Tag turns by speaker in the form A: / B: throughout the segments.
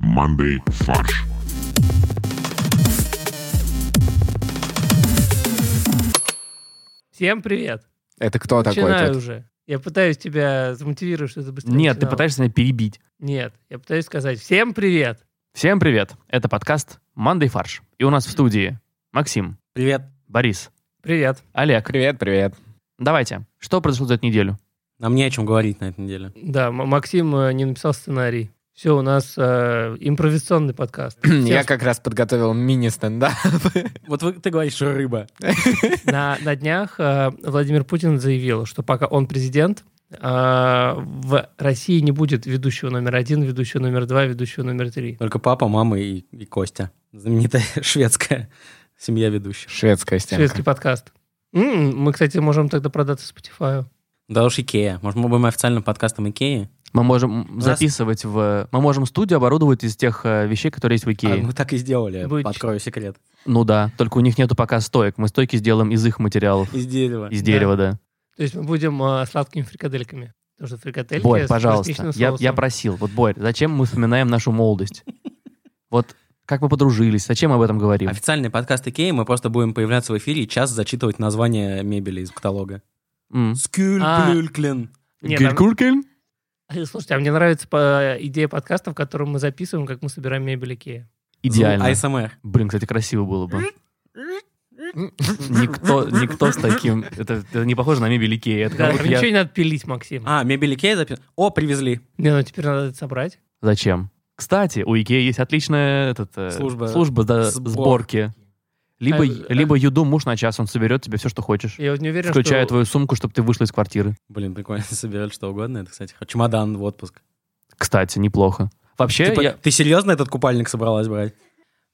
A: Monday Fudge.
B: Всем привет.
C: Это кто
B: Начинаю
C: такой? тут?
B: уже. Я пытаюсь тебя замотивировать, чтобы ты быстрее
D: Нет, ты
B: начинал.
D: пытаешься меня перебить.
B: Нет, я пытаюсь сказать всем привет.
D: Всем привет. Это подкаст «Мандай фарш». И у нас в студии Максим,
E: Привет.
D: Борис,
B: Привет.
D: Олег.
C: Привет, привет.
D: Давайте, что произошло за эту неделю?
E: Нам не о чем говорить на этой неделе.
B: Да, М- Максим э, не написал сценарий. Все, у нас э, импровизационный подкаст.
C: Я
B: Всем
C: как раз подготовил мини-стендап.
E: Вот вы- ты говоришь, что рыба.
B: На, на днях э, Владимир Путин заявил, что пока он президент, э, в России не будет ведущего номер один, ведущего номер два, ведущего номер три.
E: Только папа, мама и, и Костя. Знаменитая шведская семья ведущих.
C: Шведская стенка.
B: Шведский подкаст. М, мы, кстати, можем тогда продаться Spotify.
E: Да уж Икея. Может, мы будем официальным подкастом Икеи?
D: Мы можем
E: нас-
D: записывать в... Мы можем студию оборудовать из тех э, вещей, которые есть в
E: А,
D: Икее.
E: мы так и сделали.
B: Будет-
E: Открою секрет.
D: Ну да, только у них нету пока стоек. Мы стойки сделаем из их материалов.
E: Из дерева.
D: Из дерева, да.
B: То есть мы будем э, сладкими фрикадельками. Потому что фрикадельки
D: Борь,
B: с
D: пожалуйста.
B: различным
D: Я, я
B: соусом.
D: просил. Вот, Борь, зачем мы вспоминаем нашу молодость? Вот как мы подружились, зачем мы об этом говорим?
E: Официальный подкаст Икеи мы просто будем появляться в эфире и час зачитывать название мебели из каталога.
D: М.
E: Скюльплюльклин.
B: Не, там-
D: Гелькуркель?
B: Слушайте, а мне нравится по- идея подкаста, в котором мы записываем, как мы собираем мебель Икея.
D: Идеально.
E: АСМР.
D: Блин, кстати, красиво было бы. Никто, никто с таким... Это, это не похоже на мебель Икеи. Это
B: Да, там
D: как будто Ну я-
B: ничего не надо пилить, Максим.
E: А, мебель Икея записана. О, привезли.
B: Не, ну теперь надо это собрать.
D: Зачем? Кстати, у Икеи есть отличная этот, э,
E: Служба.
D: служба да,
E: Сбор.
D: сборки. Либо,
B: А,
D: либо юду муж на час, он соберет тебе все, что хочешь.
B: Я вот не уверен,
D: Включая
B: что...
D: твою сумку, чтобы ты вышла из квартиры.
E: Блин, прикольно, собирали что угодно. Это, кстати, х- чемодан в отпуск.
D: Кстати, неплохо. Вообще,
E: Типа,
D: я-
E: Ты серьезно этот купальник собралась брать?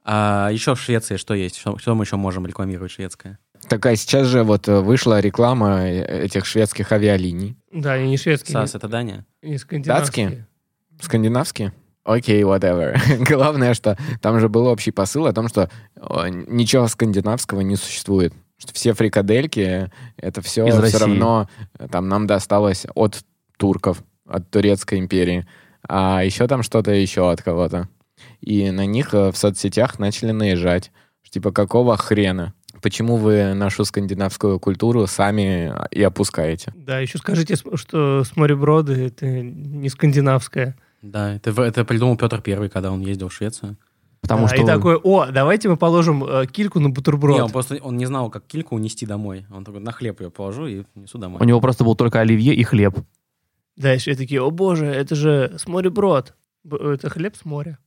E: А еще в Швеции что есть? Что, что мы еще можем рекламировать шведское?
C: Такая сейчас же вот э, вышла реклама э, этих шведских авиалиний.
B: Да, они не шведские,
E: САС, это Дания?
B: не, не скандинавские.
C: Датские? Скандинавские? Окей, whatever. Главное, что там же был общий посыл о том, что о, ничего скандинавского не существует. Что все фрикадельки, это все
D: Из
C: все
D: России.
C: равно э, там нам досталось от турков, от Турецкой империи. А еще там что-то еще от кого-то. И на них э, в соцсетях начали наезжать. Что, Типа, какого хрена? Почему вы нашу скандинавскую культуру сами э, и опускаете?
B: Да, еще скажите, с- что с мореброды это не скандинавское.
E: Да, это, в- это придумал Петр Первый, когда он ездил в Швецию.
D: потому
B: Да,
D: что...
B: И такой, о, давайте мы положим э, кильку на бутерброд.
E: Не, он просто он не знал, как кильку унести домой. Он такой, на хлеб ее положу и несу домой.
D: У него просто был только оливье и хлеб.
B: Да, и все такие, о боже, это же с мореброд. Б- Это хлеб с моря.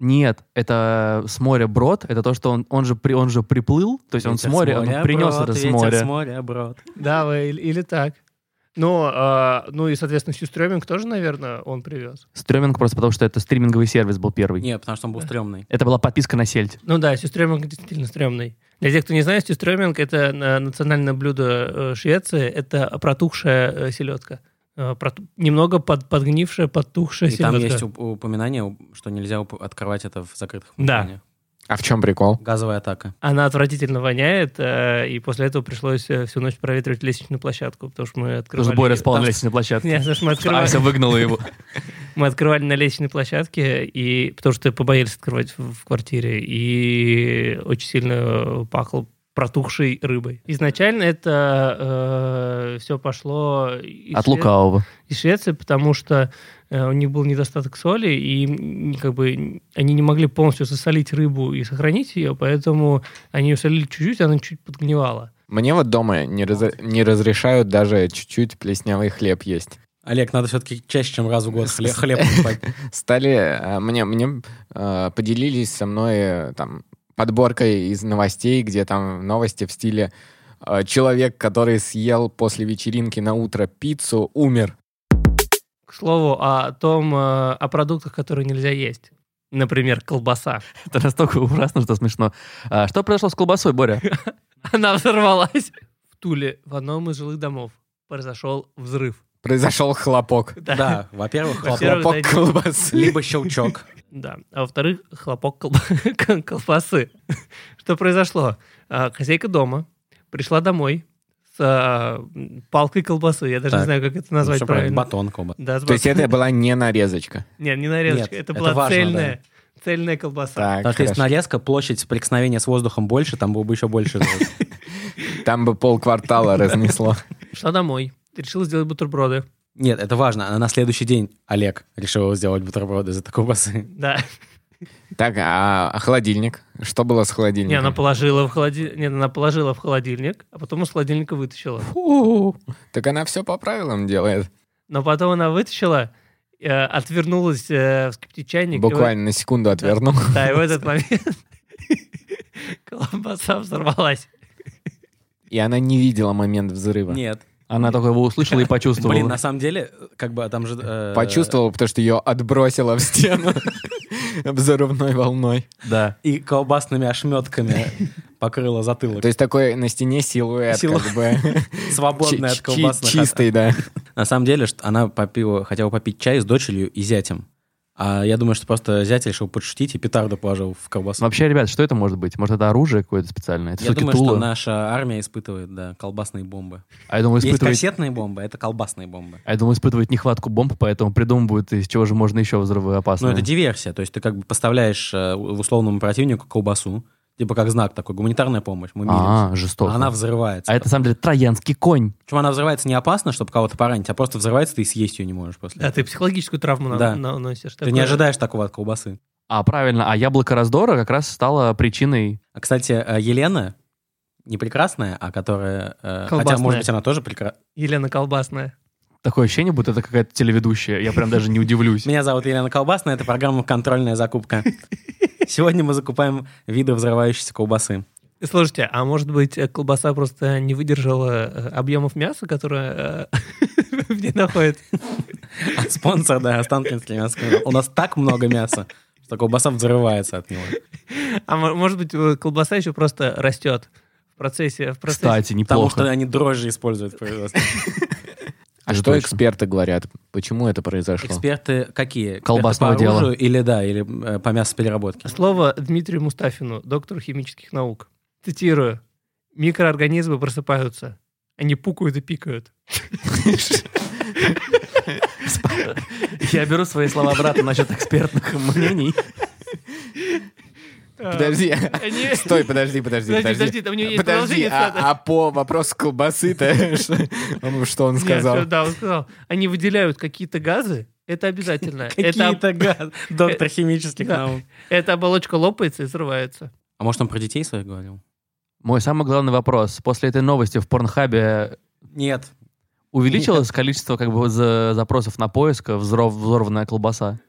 D: Нет, это с моря брод, это то, что он, он, же, при, он же приплыл, то есть он с
E: Ветер
D: моря, он принес
E: брод,
D: это с
E: ветер
D: моря.
E: с моря, брод.
B: Да, вы- или, или так. Но, а, ну и, соответственно, Сюстреминг тоже, наверное, он привез.
D: Стреминг просто потому, что это стриминговый сервис был первый.
E: Не, потому что он был стрёмный.
D: Это была подписка на сельдь.
B: Ну да, сюстреминг действительно стрёмный. Для тех, кто не знает, сюстреминг – это на- национальное блюдо э, Швеции. Это протухшая э, селедка. Э, проту- Немного под- подгнившая, подтухшая
E: И там
B: селедка.
E: есть уп- упоминание, уп- что нельзя уп- открывать это в закрытых
B: Да.
E: помещениях.
C: А в чем прикол?
E: Газовая атака.
B: Она отвратительно воняет, э, и после этого пришлось э, всю ночь проветривать лестничную площадку, потому что мы
D: Потому
B: открывали...
D: что Боря спал на
B: Там-
D: лестничной площадке.
B: Нет, потому что мы открывали,
D: Ася выгнала его.
B: мы открывали на лестничной площадке, и... потому что побоялись открывать в, в квартире, и очень сильно пахло протухшей рыбой. Изначально это все пошло... из
D: От
B: Шве-
D: лукавого.
B: из Швеции, потому что э, у них был недостаток соли, и м, как бы н- они не могли полностью засолить рыбу и сохранить ее, поэтому они ее солили чуть-чуть, она чуть подгнивала.
C: Мне вот дома не, разр- не разрешают даже чуть-чуть плеснявый хлеб есть.
E: Олег, надо все-таки чаще, чем раз в год хле- хлеб покупать.
C: Стали э, мне мне э, поделились со мной э, там подборкой из новостей, где там новости в стиле э, человек, который съел после вечеринки на утро пиццу, умер.
B: К слову, о том, э, о продуктах, которые нельзя есть. Например, колбаса.
D: Это настолько ужасно, что смешно. А, Что произошло с колбасой, Боря?
B: Она взорвалась. В Туле, в одном из жилых домов, произошел взрыв.
C: Произошел хлопок.
E: Да, во-первых,
B: Во-первых,
C: Хлопок
B: да,
C: колбасы.
E: либо щелчок.
B: Да. А во-вторых, хлопок колба- кол- колбасы. Что произошло? А, Хозяйка дома пришла домой с а, м, палкой колбасы. Я даже
E: Так.
B: не знаю, как это
E: Ну,
B: назвать
E: всё правильно,
B: правильно.
E: Батон колба.
B: Да, с
C: То есть
B: батон.
C: это была не нарезочка.
B: Нет, не нарезочка.
E: Нет,
B: это
E: это
B: была
E: важно,
B: цельная. цельная колбаса.
C: Так,
E: Потому что если
C: хорошо.
E: нарезка, площадь соприкосновения с воздухом больше, там было бы еще больше золота.
C: Там бы полквартала разнесло.
B: Шла домой, решила сделать бутерброды.
E: Нет, это важно. На следующий день Олег решил сделать бутерброды из-за колбасы.
B: Да.
C: Так, а а холодильник? Что было
B: Не,
C: с
B: ну она
C: холодильником?
B: положила в холодильник, не, она положила в холодильник, а потом из холодильника вытащила.
C: Фу. Так она все по правилам делает.
B: Но потом она вытащила, э, отвернулась э, в скептичайник. и вот-
C: Буквально на секунду отвернул.
B: Да, и в этот момент колбаса взорвалась.
C: И она не видела момент взрыва.
E: Нет.
D: Она только его услышала и почувствовала.
E: Блин, на самом деле, как бы там же... э,
C: Почувствовала, потому что ее отбросило в стену взрывной волной.
D: Да.
E: И колбасными ошметками покрыла затылок.
C: То есть такой на стене силуэт,
E: Силу-
C: как бы.
E: Свободная
C: Чи-
E: от
C: чи-
E: колбасных.
C: Чистый, да.
E: На самом деле, что она попила, хотела попить чай с дочерью и зятем. А я думаю, что просто зять решил подшутить и петарду положил в колбасу.
D: Вообще, ребят, что это может быть? Может, это оружие какое-то специальное? Это
E: я
D: все-таки
E: думаю,
D: Тула.
E: что наша армия испытывает, да, колбасные бомбы.
D: А я думаю,
E: Есть
D: испытывает...
E: кассетные бомбы, а это колбасные бомбы.
D: А я думаю, испытывает нехватку бомб, поэтому придумывают, из чего же можно еще взрывы
E: Ну,
D: опасные.
E: это диверсия. То есть ты как бы поставляешь э, у- условному противнику колбасу, типа как знак такой, гуманитарная помощь, мы миримся.
D: А, жестоко.
E: А она взрывается.
D: А это, на самом деле, троянский конь.
E: Причем она взрывается не опасно, чтобы кого-то поранить, а просто взрывается, ты и съесть ее не можешь после.
B: Да, А ты психологическую травму на-
E: Да.
B: наносишь.
E: Ты не ожидаешь такого от колбасы.
D: А, правильно, а яблоко раздора как раз стало причиной...
E: А, кстати, э, Елена, не прекрасная, а которая... э, Хотя,
B: Колбасная.
E: может быть, она тоже прекрасная.
B: Елена Колбасная.
D: Такое ощущение, будто это какая-то телеведущая. Я прям даже не удивлюсь.
E: Меня зовут Елена Колбасная, это программа «Контрольная закупка». Сегодня мы закупаем виды взрывающейся колбасы.
B: Слушайте, а может быть, э, колбаса просто не выдержала э, объемов мяса, которое э, в ней находится?
E: А Спонсор, да, Останкинский мясо. У нас так много мяса, что колбаса взрывается от него.
B: А мо- может быть, э, колбаса еще просто растет в процессе... В процессе...
D: Кстати,
E: Потому
D: неплохо.
E: что они дрожжи используют в производстве.
C: А
D: Это
C: что
D: точно.
C: эксперты говорят? Почему это произошло?
E: Эксперты какие? Эксперты
D: Колбасного
E: по оружию
D: дела.
E: Или да, или э, по мясопереработке.
B: Слово Дмитрию Мустафину, доктору химических наук. Цитирую. Микроорганизмы просыпаются. Они пукают и пикают.
D: Я беру свои слова обратно насчет экспертных мнений.
C: Подожди.
B: А, Они-
C: Стой, подожди, подожди,
B: Подожди,
C: подожди.
B: подожди, там у него есть
C: Подожди,
B: продолжение цитаты.
C: а, а по вопросу колбасы-то, что- он- что он
B: Нет,
C: сказал?
B: всё, Да, он сказал. Они выделяют какие-то газы, это обязательно. Это,
E: Какие-то гад, доктор химических
B: Да.
E: наук.
B: эта оболочка лопается и срывается.
E: А может, он про детей своих говорил?
D: Мой самый главный вопрос. После этой новости в Порнхабе
E: Нет.
D: увеличилось количество как бы за- запросов на поиск взров, взорванная колбаса?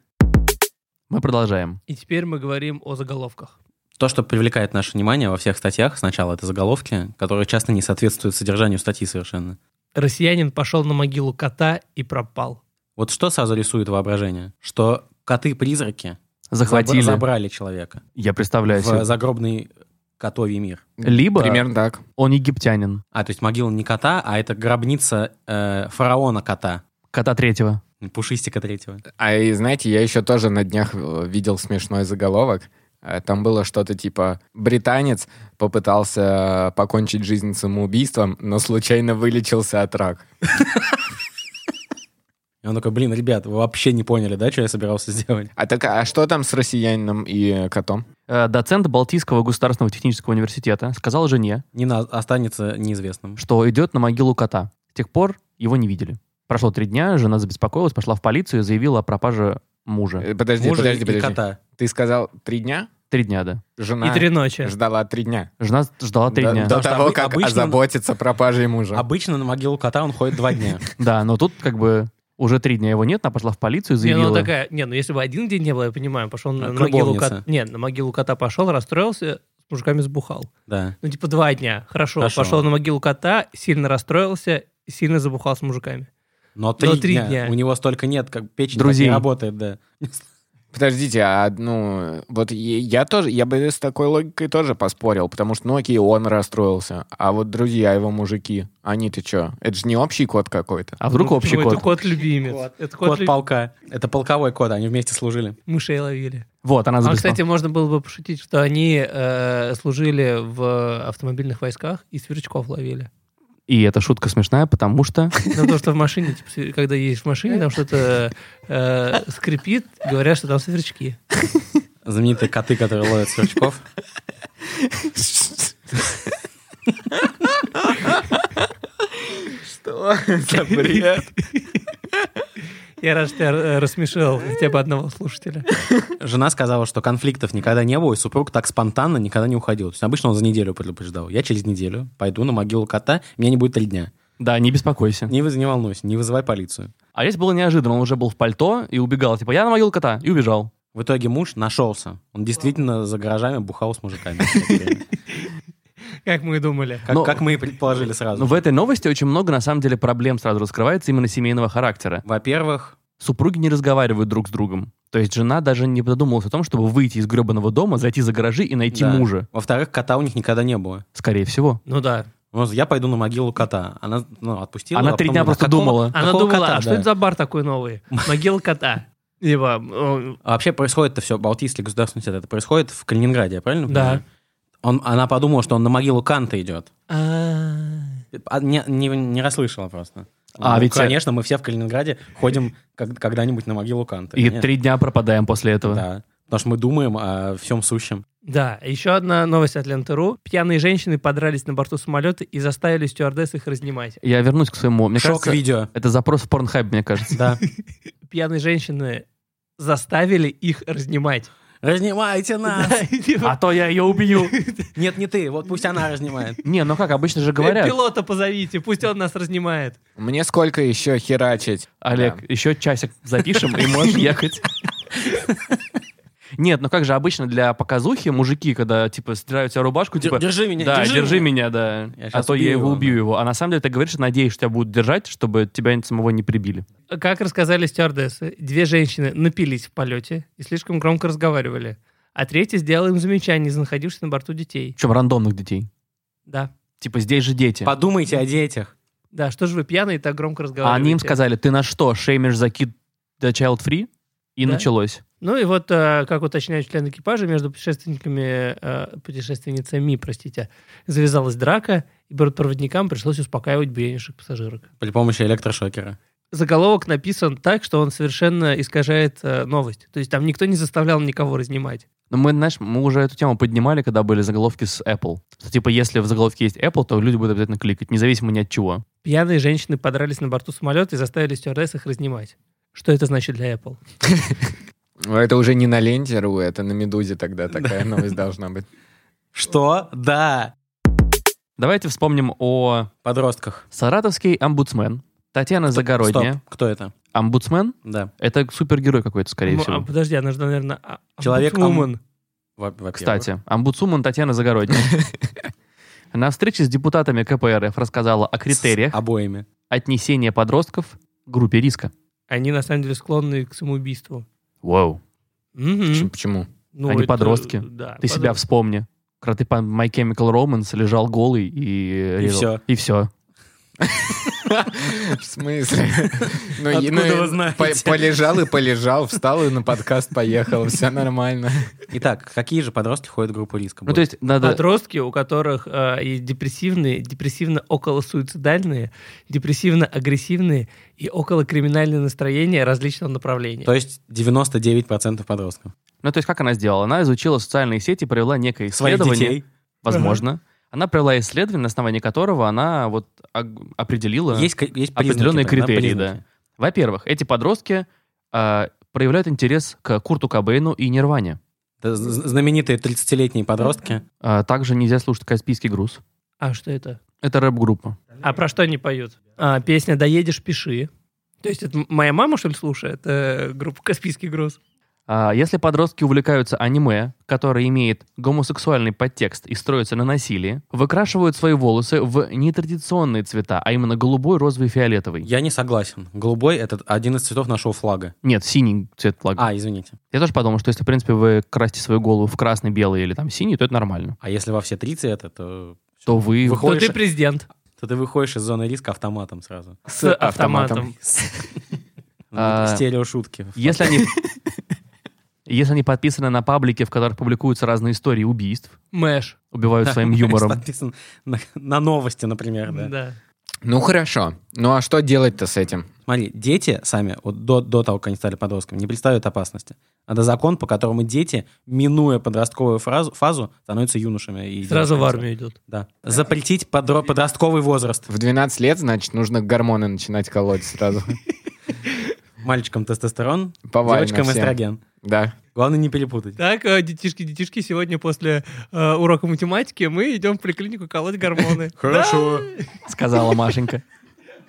D: Мы продолжаем.
B: И теперь мы говорим о заголовках.
E: То, что привлекает наше внимание во всех статьях, сначала это заголовки, которые часто не соответствуют содержанию статьи совершенно.
B: Россиянин пошел на могилу кота и пропал.
E: Вот что сразу рисует воображение? Что коты-призраки
D: Захватили.
E: заб- забрали человека
D: Я представляю себе.
E: в загробный котовий мир.
D: Либо
C: Примерно так.
D: он египтянин,
E: А, то есть могила не кота, а это гробница э, фараона-кота,
D: кота третьего.
E: пушистика третьего.
C: А и знаете, я еще тоже на днях э, видел смешной заголовок. Э, Там было что-то типа «Британец попытался покончить жизнь самоубийством, но случайно вылечился от рака».
E: И он такой, блин, ребят, вы вообще не поняли, да, что я собирался сделать?
C: А, так, а что там с россиянином и э, котом?
D: Э, Доцент Балтийского государственного технического университета сказал жене,
E: Не на- останется неизвестным.
D: что идет на могилу кота. С тех пор его не видели. Прошло три дня, жена забеспокоилась, пошла в полицию и заявила о пропаже мужа.
C: Э, Подожди,
E: Мужа
C: подожди,
E: и
C: подожди.
E: кота.
C: Ты сказал три дня?
D: Три дня, да.
C: Жена
B: И три ночи. ну,
C: ждала три дня.
D: Жена ждала три
C: до,
D: дня.
C: до
E: Потому что
C: того,
E: обы-
C: как
E: обычно-
C: озаботиться пропажей мужа.
E: Обычно на могилу кота он ходит два дня.
D: Да, но тут как бы уже три дня его нет, она пошла в полицию и
B: Не, ну
D: заявила.
B: такая, не, ну если бы один день не было, я понимаю, пошел на,
E: Как
B: на могилу
E: любовница.
B: кота. Не, на могилу кота пошел, расстроился, с мужиками сбухал.
E: Да.
B: Ну, типа два дня. Хорошо.
E: Хорошо.
B: Пошел на могилу кота, сильно расстроился, сильно забухал с мужиками.
E: Но три,
B: три
E: дня.
B: дня.
E: У него столько нет, как печень так
D: Друзей.
E: не работает, да.
C: Подождите, а ну вот е- я тоже, я бы с такой логикой тоже поспорил, потому что, ну окей, он расстроился, а вот друзья его мужики, они-то что? Это же не общий код какой-то.
D: А вдруг
B: Ну,
D: общий
B: почему?
D: код?
B: Это кот любимец.
E: Кот.
B: Это кот,
E: Кот
B: люби-
E: полка. Это полковой кот, они вместе служили.
B: Мышей ловили.
D: Вот, она
B: А,
D: забеспо-
B: кстати, можно было бы пошутить, что они э, служили в автомобильных войсках и сверчков ловили.
D: И эта шутка смешная, потому что...
B: Ну, потому что в машине, типа, свер- когда едешь в машине, там что-то э, скрипит, говорят, что там сверчки.
E: Знаменитые коты, которые ловят сверчков.
C: Что это бред?
B: Я рад, что я э, рассмешил хотя бы одного слушателя.
E: Жена сказала, что конфликтов никогда не было, и супруг так спонтанно никогда не уходил. То есть обычно он за неделю предупреждал. Я через неделю пойду на могилу кота, меня не будет три дня.
D: Да, не беспокойся.
E: Не, выз- не волнуйся, не вызывай полицию.
D: А здесь было неожиданно, он уже был в пальто и убегал. Типа, я на могилу кота, и убежал.
E: В итоге муж нашелся. Он действительно за гаражами бухал с мужиками. все это время.
B: Как мы и думали.
E: Как,
D: Но- ну,
E: как мы и предположили
D: Но
E: сразу.
D: в этой новости очень много, на самом деле, проблем сразу раскрывается именно семейного характера.
E: Во-первых,
D: Супруги не разговаривают друг с другом. То есть жена даже не подумалась о том, чтобы выйти из гребаного дома, зайти за гаражи и найти
E: да.
D: мужа.
E: Во-вторых, кота у них никогда не было.
D: Скорее всего.
B: Ну да.
E: Он сказал, я пойду на могилу кота. Она ну, отпустила.
D: Она
E: а
D: три
E: потом
D: дня
E: она,
D: просто
E: «Какого?»
D: думала.
B: Она
E: Какого
B: думала,
E: кота,
B: а что
E: да.
B: это за бар такой новый? Могила кота. Либо, э,
E: А вообще происходит это все, Балтийский государственный университет, это происходит в Калининграде, я правильно
B: Да.
E: понимаю? Он, она подумала, что он на могилу Канта идет.
B: а,
E: А, не, не, не расслышала просто.
D: А,
E: Ну,
D: ведь-
E: Конечно, мы все в Калининграде ходим как- когда-нибудь на могилу Канта.
D: И
E: Нет?
D: три дня пропадаем после этого.
E: Да. Потому что мы думаем о всем сущем.
B: Да, еще одна новость от Лентеру. Пьяные женщины подрались на борту самолета и заставили стюардесс их разнимать.
D: Я вернусь к своему... Мне кажется,
E: Шок-видео.
D: это запрос в Порнхаб, мне кажется.
E: Да.
B: Пьяные женщины заставили их разнимать.
E: Разнимайте нас!
B: Да, и типа,
D: А то я ее убью.
E: Нет, не ты, вот пусть она разнимает.
D: Не, ну как, обычно же говорят.
B: Пилота позовите, пусть он нас разнимает.
C: Мне сколько еще херачить?
D: Олег, еще часик запишем, и можешь ехать. Нет, ну как же обычно для показухи мужики, когда типа стирают тебя рубашку,
E: Дер-
D: типа...
E: Держи меня,
D: Да, держи меня, да.
E: Я
D: А
E: щас
D: то я
E: убью
D: его
E: его,
D: убью его. А на самом деле ты говоришь, надеюсь, что тебя будут держать, чтобы тебя самого не прибили.
B: Как рассказали стюардессы, две женщины напились в полете и слишком громко разговаривали. А третья сделала им замечание за находившихся на борту детей.
D: Причем рандомных детей.
B: Да.
D: Типа здесь же дети.
E: Подумайте о детях.
B: Да, что же вы пьяные так громко
D: А
B: разговариваете?
D: они им сказали, ты на что, шеймишь закид the child free? И
B: Да.
D: началось.
B: Ну и вот, э, как уточняют члены экипажа, между путешественниками, э, путешественницами, простите, завязалась драка, и бортпроводникам пришлось успокаивать беднейших пассажирок.
E: При помощи электрошокера.
B: Заголовок написан так, что он совершенно искажает э, новость. То есть там никто не заставлял никого разнимать.
D: Но Ну, мы, знаешь, мы уже эту тему поднимали, когда были заголовки с Apple. Что, типа, если в заголовке есть Apple, то люди будут обязательно кликать, независимо ни от чего.
B: Пьяные женщины подрались на борту самолета и заставили стюардесс их разнимать. Что это значит для Apple?
C: Ну, Это уже не на лентеру, это на медузе тогда такая новость должна быть.
E: Что? Да.
D: Давайте вспомним о
E: Подростках.
D: саратовский омбудсмен Татьяна Загородняя.
E: Стоп. Кто это?
D: Омбудсмен?
E: Да.
D: Это супергерой какой-то, скорее
B: Ну, а
D: всего.
B: подожди, она же, наверное, а-
E: Человек-
B: омбудсмен.
E: Во- во-первых.
D: Кстати, омбудсмен Татьяна Загородняя. На встрече с депутатами КПРФ рассказала о критериях
E: С а- обоими.
D: отнесения подростков к группе риска.
B: Они на самом деле склонны к самоубийству.
D: Вау.
B: Мгм.
C: Ч- Почему?
B: Ну,
D: Они подростки.
B: Да,
D: Ты себя
B: подростки.
D: вспомни. Когда ты по My Chemical Romance лежал голый и... резал-
E: всё.
D: И Ну, все.
C: В смысле? Ну, и-
E: Откуда
C: ну,
E: вы
C: и
E: знаете?
C: по- Полежал и полежал, встал и на подкаст поехал, все нормально.
E: Итак, какие же подростки ходят в группу риска?
D: Ну, то есть надо...
B: Подростки, у которых э, есть депрессивные, депрессивно-околосуицидальные, депрессивно-агрессивные и околокриминальные настроения различного направления.
E: То есть 99% подростков.
D: Ну, то есть как она сделала? Она изучила социальные сети, провела некое
E: Своих
D: исследование.
E: детей.
D: Возможно. Она провела исследование, на основании которого она вот ог- определила...
E: Есть, ко- есть признаки,
D: определенные
E: да,
D: критерии,
E: признаки.
D: Во-первых, эти подростки а, проявляют интерес к Курту Кобейну и Нирване.
E: Это з- з- Знаменитые 30-летние подростки.
D: А, также нельзя слушать «Каспийский груз».
B: А что это?
D: Это рэп-группа.
B: А про что они поют? А, песня «Доедешь, пиши». То есть это м- моя мама, что ли, слушает э, группу «Каспийский груз»?
D: А, если подростки увлекаются аниме, которое имеет гомосексуальный подтекст и строится на насилии, выкрашивают свои волосы в нетрадиционные цвета, а именно голубой, розовый и фиолетовый.
E: Я не согласен. Голубой — это один из цветов нашего флага.
D: Нет, синий цвет флага.
E: А, извините.
D: Я тоже подумал, что если, в принципе, вы красите свою голову в красный, белый или там синий, то это нормально.
E: А если во все три цвета, то,
D: То вы...
E: Выходит,
B: То
E: Хочешь-
B: Ну, ты президент
E: то ты выходишь из зоны риска автоматом сразу.
B: с автоматом.
D: А,
E: Стереошутки.
D: Если они... Если они подписаны на паблики, в которых публикуются разные истории убийств,
B: Мэш.
D: убивают своим юмором.
E: Подписан на, на новости, например, да.
B: Да.
C: Ну хорошо. Ну а что делать-то с этим?
E: Смотри, дети сами, вот до, до того, как они стали подростками, не представляют опасности. Это закон, по которому дети, минуя подростковую фразу, фазу, становятся юношами. И
B: Сразу в
E: девушками.
B: армию идут.
E: Да. Запретить подро- подростковый возраст.
C: В 12 лет, значит, нужно гормоны начинать колоть сразу.
E: Мальчикам тестостерон,
C: Повально
E: девочкам
C: всем.
E: эстроген.
C: Да.
E: Главное не перепутать.
B: Так, э, детишки, детишки, сегодня после э, урока математики мы идем в поликлинику колоть гормоны.
E: Хорошо.
D: сказала Машенька.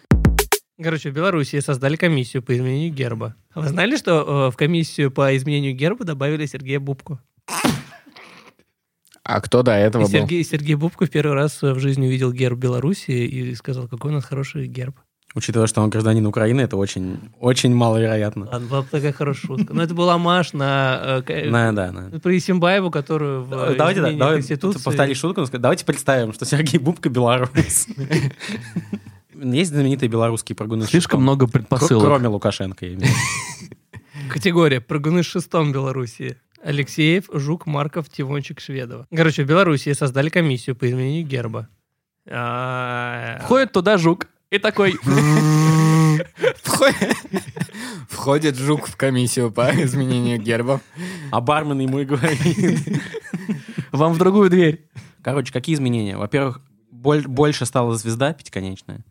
B: Короче, в Белоруссии создали комиссию по изменению герба. А Вы знали, что э, в комиссию по изменению герба добавили Сергея Бубку?
C: А кто до
B: И
C: этого был?
B: Сергей, Сергей Бубку в первый раз э, в жизни увидел герб Белоруссии и сказал, какой у нас хороший герб.
E: Учитывая, что он гражданин Украины, это очень, очень маловероятно.
B: Ладно, была бы такая хорошая шутка. Но это была Маш на... э, к-
E: Да, да, да.
B: Про Исимбаеву, которую в э,
E: Давайте, да,
B: изменении
E: давай
B: Конституции-
E: повтори шутку. но скажи, Давайте представим, что Сергей Бубка белорус. Есть знаменитые белорусские прыгуны с
D: Слишком
E: шестом?
D: много
E: Кр-
D: предпосылок.
E: Кроме Лукашенко, я имею в виду.
B: Категория «Прыгуны с шестом Белоруссии». Алексеев, Жук, Марков, Тимончик, Шведова. Короче, в Белоруссии создали комиссию по изменению герба. А,
D: Входит туда жук и такой...
C: Входит жук в комиссию по изменению гербов.
E: А бармен ему и говорит.
D: Вам в другую дверь.
E: Короче, какие изменения? Во-первых, боль- больше стала звезда пятиконечная.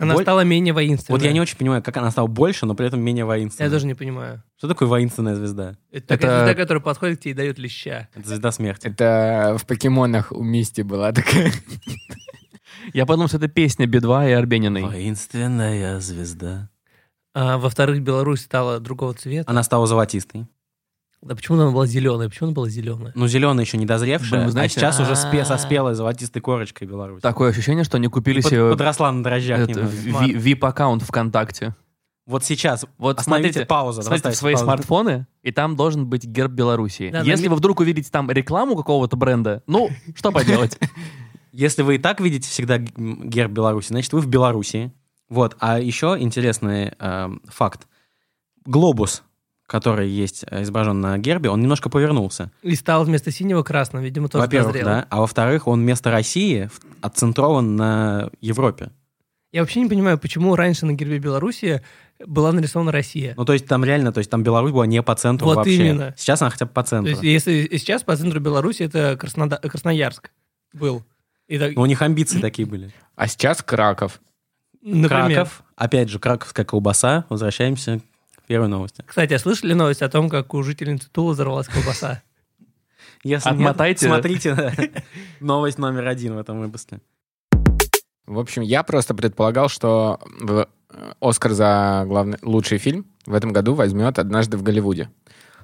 B: Она
E: Боль-
B: стала менее воинственной.
E: Вот я не очень понимаю, как она стала больше, но при этом менее
B: Я
E: воинственная.
B: даже не понимаю.
E: Что такое воинственная звезда?
B: Это такая
D: Это-
B: звезда, которая подходит к тебе и дает леща.
E: Это звезда смерти.
C: Это в покемонах у Мисти была такая.
D: Я подумал, что это песня Би-2 и Арбениной.
E: Воинственная звезда.
B: А, во-вторых, Беларусь стала другого цвета.
E: Она стала золотистой.
B: Да почему она была зеленая? Почему она была зеленая?
E: Ну, зеленая еще не
D: Блин,
E: дозревшая,
D: вы
E: а
D: знаете-
E: сейчас уже спе- со
B: А.
E: спелой золотистой корочкой Беларусь.
D: Такое ощущение, что они купили
E: Под-
D: себе
E: Подросла на дрожжах.
D: этот
E: немного.
D: ви- VIP-аккаунт ВКонтакте.
E: Вот сейчас.
D: Вот
E: Остановите
D: смотрите,
E: паузу.
D: смотрите в
E: оставьте
D: свои
E: паузу.
D: смартфоны, и там должен быть герб Белоруссии.
B: Да,
D: Если
B: на ми-
D: вы вдруг увидите там рекламу какого-то бренда, ну, что поделать?
E: Если вы и так видите всегда г- м, герб Беларуси, значит, вы в Беларуси. Вот. А еще интересный эм, факт. Глобус, который есть э, изображен на гербе, он немножко повернулся.
B: И стала вместо синего красным, видимо, тоже
E: Во-первых,
B: дозрела.
E: да. А во-вторых, он вместо России в- отцентрован на Европе.
B: Я вообще не понимаю, почему раньше на гербе Беларуси была нарисована Россия.
E: Ну, то есть там реально, то есть там Беларусь была не по центру
B: Вот
E: вообще.
B: именно.
E: Сейчас она хотя бы по
B: То
E: центру.
B: есть, если сейчас по центру Беларуси это Краснода- Красноярск был. И так-
E: Но у них амбиции такие были.
C: А сейчас Краков.
B: например.
E: Краков. Опять же, краковская колбаса. Возвращаемся к первой новости.
B: Кстати, а слышали новость о том, как у жительницы Тула взорвалась колбаса?
E: Если нет,
D: Отмотайте.
E: смотрите да. новость номер один в этом выпуске.
C: В общем, я просто предполагал, что в- э, Оскар за главный лучший фильм в этом году возьмет «Однажды в Голливуде».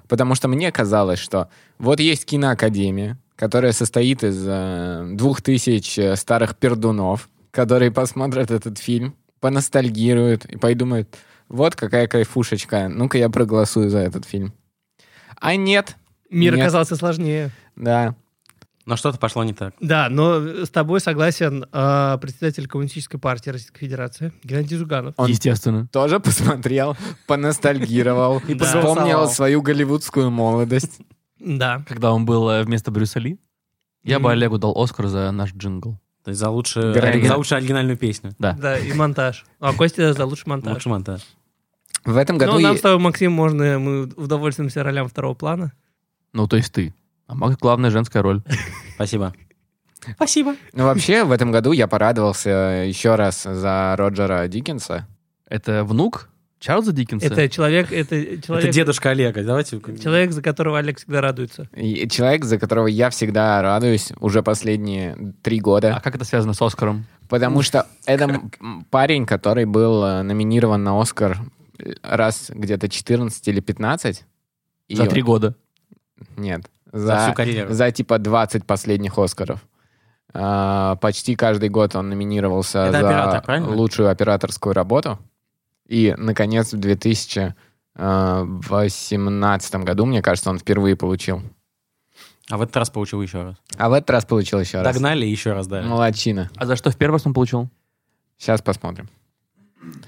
C: Потому что мне казалось, что вот есть киноакадемия, которая состоит из э, двух тысяч э, старых пердунов, которые посмотрят этот фильм, поностальгируют и пойдумают, вот какая кайфушечка, ну-ка я проголосую за этот фильм. А нет,
B: Мир
C: Нет.
B: оказался сложнее.
C: да,
E: Но что-то пошло не так.
B: Да, но с тобой согласен э, председатель Коммунистической партии Российской Федерации Геннадий Зюганов.
D: Естественно.
C: тоже посмотрел, поностальгировал,
B: И
C: вспомнил
E: проголосовал.
C: свою голливудскую молодость.
B: Да.
D: Когда он был э, вместо Брюса Ли, я бы
B: Мгм.
D: Олегу дал Оскар за наш джингл.
E: То есть за лучшую,
C: Городина.
E: за лучшую оригинальную песню. Ну,
D: Да.
B: Да, и монтаж. А Костя за лучший монтаж.
E: Лучший монтаж.
C: В этом году...
B: Ну,
C: и-
B: нам с тобой, Максим, можно, мы удовольствуемся ролям второго плана.
D: Ну, то есть ты. А Макс главная женская роль.
E: Спасибо. Спасибо.
C: Ну, вообще, в этом году я порадовался еще раз за Роджера Диккенса.
D: Это внук Чарльза Диккенса?
B: Это человек, это
E: Это
B: человек,
E: дедушка Олега. Давайте.
B: человек, за которого Олег всегда радуется.
C: И человек, за которого я всегда радуюсь уже последние три года.
D: А как это связано с Оскаром?
C: Потому что это м- м, парень, который был э, номинирован на Оскар э, раз где-то 14 или 15. И
D: За три
C: он-
D: года.
C: Нет.
E: За всю
C: За,
E: карьеру.
C: за типа 20 последних Оскаров. А, почти каждый год он номинировался
E: Это
C: за
E: оператор, правильно?
C: лучшую операторскую работу. И, наконец, в 2018 году, мне кажется, он впервые получил.
E: А в этот раз получил еще раз.
C: А в этот раз получил еще раз. Ну,
E: Догнали и еще раз дали.
C: Молодчина.
D: А за что в первый раз он получил?
C: Сейчас посмотрим.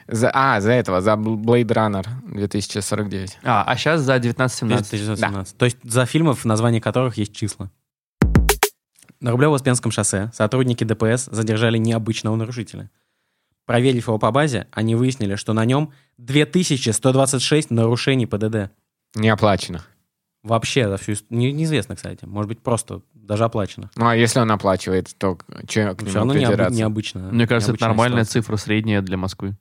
C: За- а, за этого, за Бл- Blade Runner 2049.
D: А, а сейчас за 19-17.
E: 1917. То есть за фильмов, в названии которых есть числа. На Рублево-Успенском шоссе сотрудники ДПС задержали необычного нарушителя. Проверив его по базе, они выяснили, что на нем 2126 нарушений ПДД.
C: Неоплаченных.
E: Вообще за всю ис- не- неизвестно, кстати. Может быть, просто даже оплачено.
C: Ну, а если он оплачивает, то че к
E: Все
C: нему
E: равно необы-
C: придираться?
E: необычно.
D: Мне кажется, это
E: необычная
D: нормальная
E: ситуация.
D: цифра, средняя для Москвы.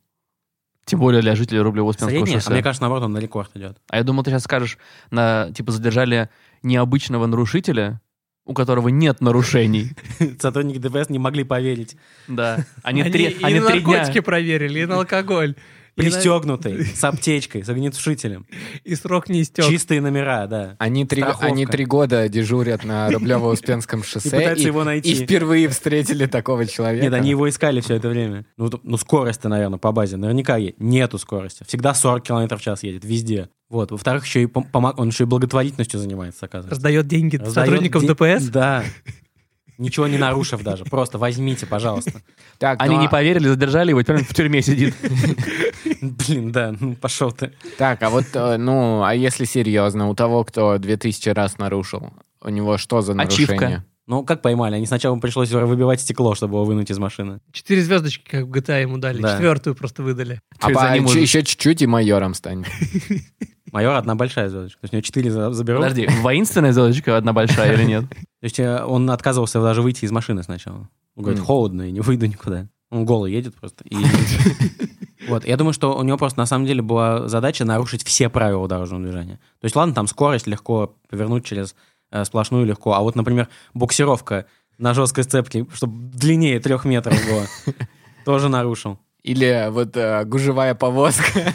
D: Тем более для жителей Рублево-Успенского
E: Средняя, а
D: шоссе.
E: мне кажется, наоборот, он на рекорд идет.
D: А я думал, ты сейчас скажешь, на, типа, задержали необычного нарушителя, у которого нет нарушений.
E: Сотрудники ДПС не могли поверить.
D: Да. Они, три,
B: и
D: они
B: на
D: три дня.
B: наркотики проверили, и на алкоголь. И на-
E: Пристегнутый, с аптечкой, с огнетушителем.
B: И срок не истек.
E: Чистые номера, да.
C: Они три,
E: Страховка.
C: они три года дежурят на Рублево-Успенском
E: И
C: шоссе
E: пытаются его найти.
C: и впервые встретили такого человека.
E: Нет, они его искали все это время. Ну, вот, ну скорость-то, наверное, по базе. Наверняка е- нету скорости. Всегда 40 км в час едет, везде. Вот. Во-вторых, еще и пом- помо- он еще и благотворительностью занимается, оказывается.
B: Раздает деньги
E: Раздаёт
B: сотрудникам
E: ден-
B: ДПС.
E: Да. Ничего не нарушив даже. Просто возьмите, пожалуйста.
C: Так,
D: Они
C: ну,
D: не
C: а-
D: поверили, задержали его, и теперь он в тюрьме сидит.
E: Блин, да, ну пошел ты.
C: Так, а вот, э, ну, а если серьезно, у того, кто 2000 раз нарушил, у него что за
D: Ачивка.
C: нарушение?
E: Ну, как поймали? Они сначала пришлось выбивать стекло, чтобы его вынуть из машины.
B: Четыре звездочки, как в GTA ему дали.
E: Да.
B: Четвертую просто выдали.
C: А
D: Чё, за ним уже-
C: еще чуть-чуть и майором станет.
E: Майор одна большая звездочка. То есть у него четыре за- заберут.
D: Подожди, воинственная звездочка одна большая или нет?
E: То есть э, он отказывался даже выйти из машины сначала. Он говорит,
C: Мгм.
E: холодно, я не выйду никуда. Он голый едет просто. и- Вот, я думаю, что у него просто на самом деле была задача нарушить все правила дорожного движения. То есть, ладно, там скорость легко повернуть через э, сплошную легко, а вот, например, буксировка на жесткой сцепке, чтобы длиннее трех метров было, тоже нарушил.
C: Или вот э, гужевая повозка.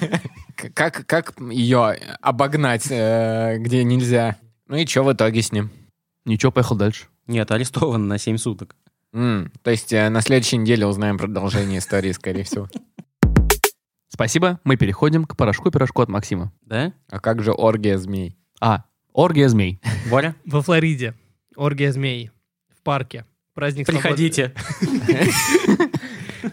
C: К- Как, как ее обогнать, э, где нельзя? Ну и что в итоге с ним?
D: Ничего, поехал дальше.
E: Нет, арестован на 7 суток.
C: М, то есть э, на следующей неделе узнаем продолжение истории, скорее всего.
D: Спасибо, мы переходим к порошку-пирожку от Максима.
E: Да?
C: А как же оргия змей?
D: А, оргия змей.
E: Боря?
B: Во Флориде. Оргия змей. В парке. Праздник свободы-
E: Приходите.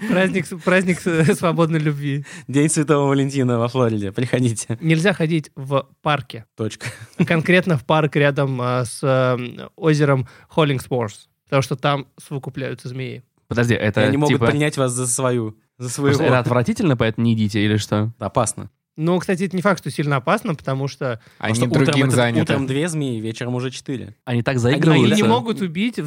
B: Праздник, праздник э, свободной любви.
E: День Святого Валентина во Флориде. Приходите.
B: Нельзя ходить в парке.
E: Точка.
B: конкретно в парк рядом а, с а, озером Холлингсворс, потому что там совокупляются змеи.
D: Подожди,
E: И
D: это
E: они могут
D: типа...
E: принять вас за свою. За своего.
D: Просто Это отвратительно, поэтому не идите или что?
E: Опасно.
B: Ну, кстати, это не факт, что сильно опасно, потому что
C: Они
E: Потому что утром
C: другим
E: это-
C: заняты.
E: Утром две змеи, вечером уже четыре.
D: Они так
B: они
D: заигрываются.
B: не могут убить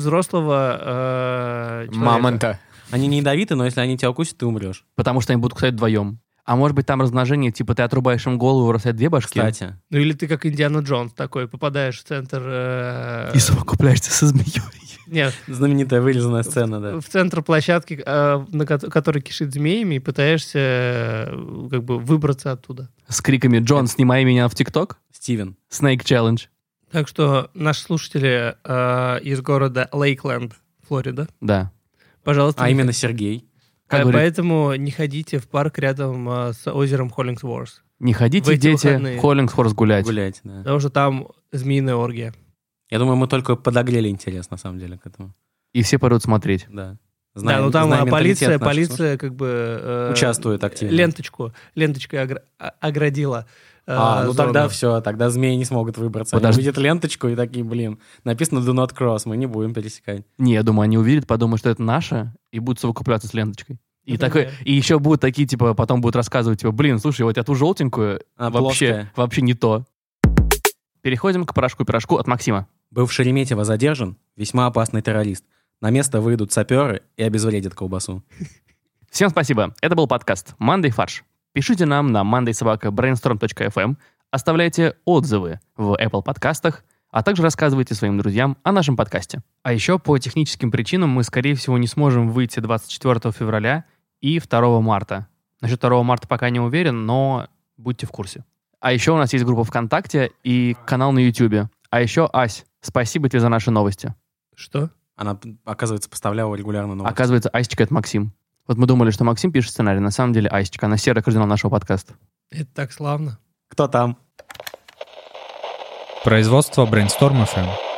B: взрослого э, человека.
E: А.
C: Мамонта.
E: Они не ядовиты, но если они тебя укусят, ты умрешь.
D: Потому что они будут кусать вдвоем. А может быть, там размножение, типа ты отрубаешь им голову, вырастает две башки?
E: Кстати.
B: Ну или ты как Индиана Джонс такой, попадаешь в центр... э,
D: И совокупляешься со змеей.
B: Нет,
E: Знаменитая вырезанная сцена, да.
B: в центр площадки, э, на ко- которой кишит змеями, и пытаешься э, как бы выбраться оттуда.
D: С криками «Джон, снимай меня в ТикТок!»
E: Стивен.
D: Snake Challenge.
B: Так что наши слушатели э, из города Лейкленд, Флорида,
D: Да.
B: пожалуйста,
E: А
B: не
E: именно Сергей.
B: Э,
D: Как говорит-
B: Поэтому не ходите в парк рядом э, с озером Холлингсворс,
D: Не
B: В
D: ходите,
B: эти
D: дети,
B: выходные.
D: в Холлингсфорс гулять.
E: Гулять, да.
B: потому что там змеиная оргия.
E: Я думаю, мы только подогрели интерес, на самом деле, к этому.
D: И все пойдут смотреть.
E: Да.
B: да,
E: Знаем-
B: ну там
E: знаем
B: а, полиция,
E: менталитет наш.
B: полиция как бы... э,
E: Участвует активно.
B: Ленточку, ленточкой огр- а- оградила. э,
E: А, ну
B: зону.
E: тогда все, тогда змеи не смогут выбраться. Они
D: Подожди.
E: увидят ленточку и такие, блин, написано «Do not cross», мы не будем пересекать.
D: Не, я думаю, они увидят, подумают, что это наше, и будут совокупляться с ленточкой. И,
B: Например.
D: такой, и еще будут такие, типа, потом будут рассказывать, типа, блин, слушай, вот я ту желтенькую,
E: А,
D: вообще,
E: плоская.
D: вообще не то. Переходим к порошку-пирожку от Максима.
E: Был в Шереметьево задержан весьма опасный террорист. На место выйдут саперы и обезвредят колбасу.
D: Всем спасибо. Это был подкаст «Мандай фарш». Пишите нам на mandaysobaka.brainstorm.fm, эм, оставляйте отзывы в Apple подкастах, а также рассказывайте своим друзьям о нашем подкасте.
A: А еще по техническим причинам мы, скорее всего, не сможем выйти 24 февраля и 2 марта. Насчет 2 марта пока не уверен, но будьте в курсе.
D: А еще у нас есть группа ВКонтакте и канал на YouTube. А еще, Ась, спасибо тебе за наши новости.
B: Что?
E: Она, оказывается, поставляла регулярно новости.
D: Оказывается, Асечка — это Максим. Вот мы думали, что Максим пишет сценарий, на самом деле Асечка. Она серый кардинал нашего подкаста.
B: Это так славно.
E: Кто там?
F: Производство Brainstorm FM.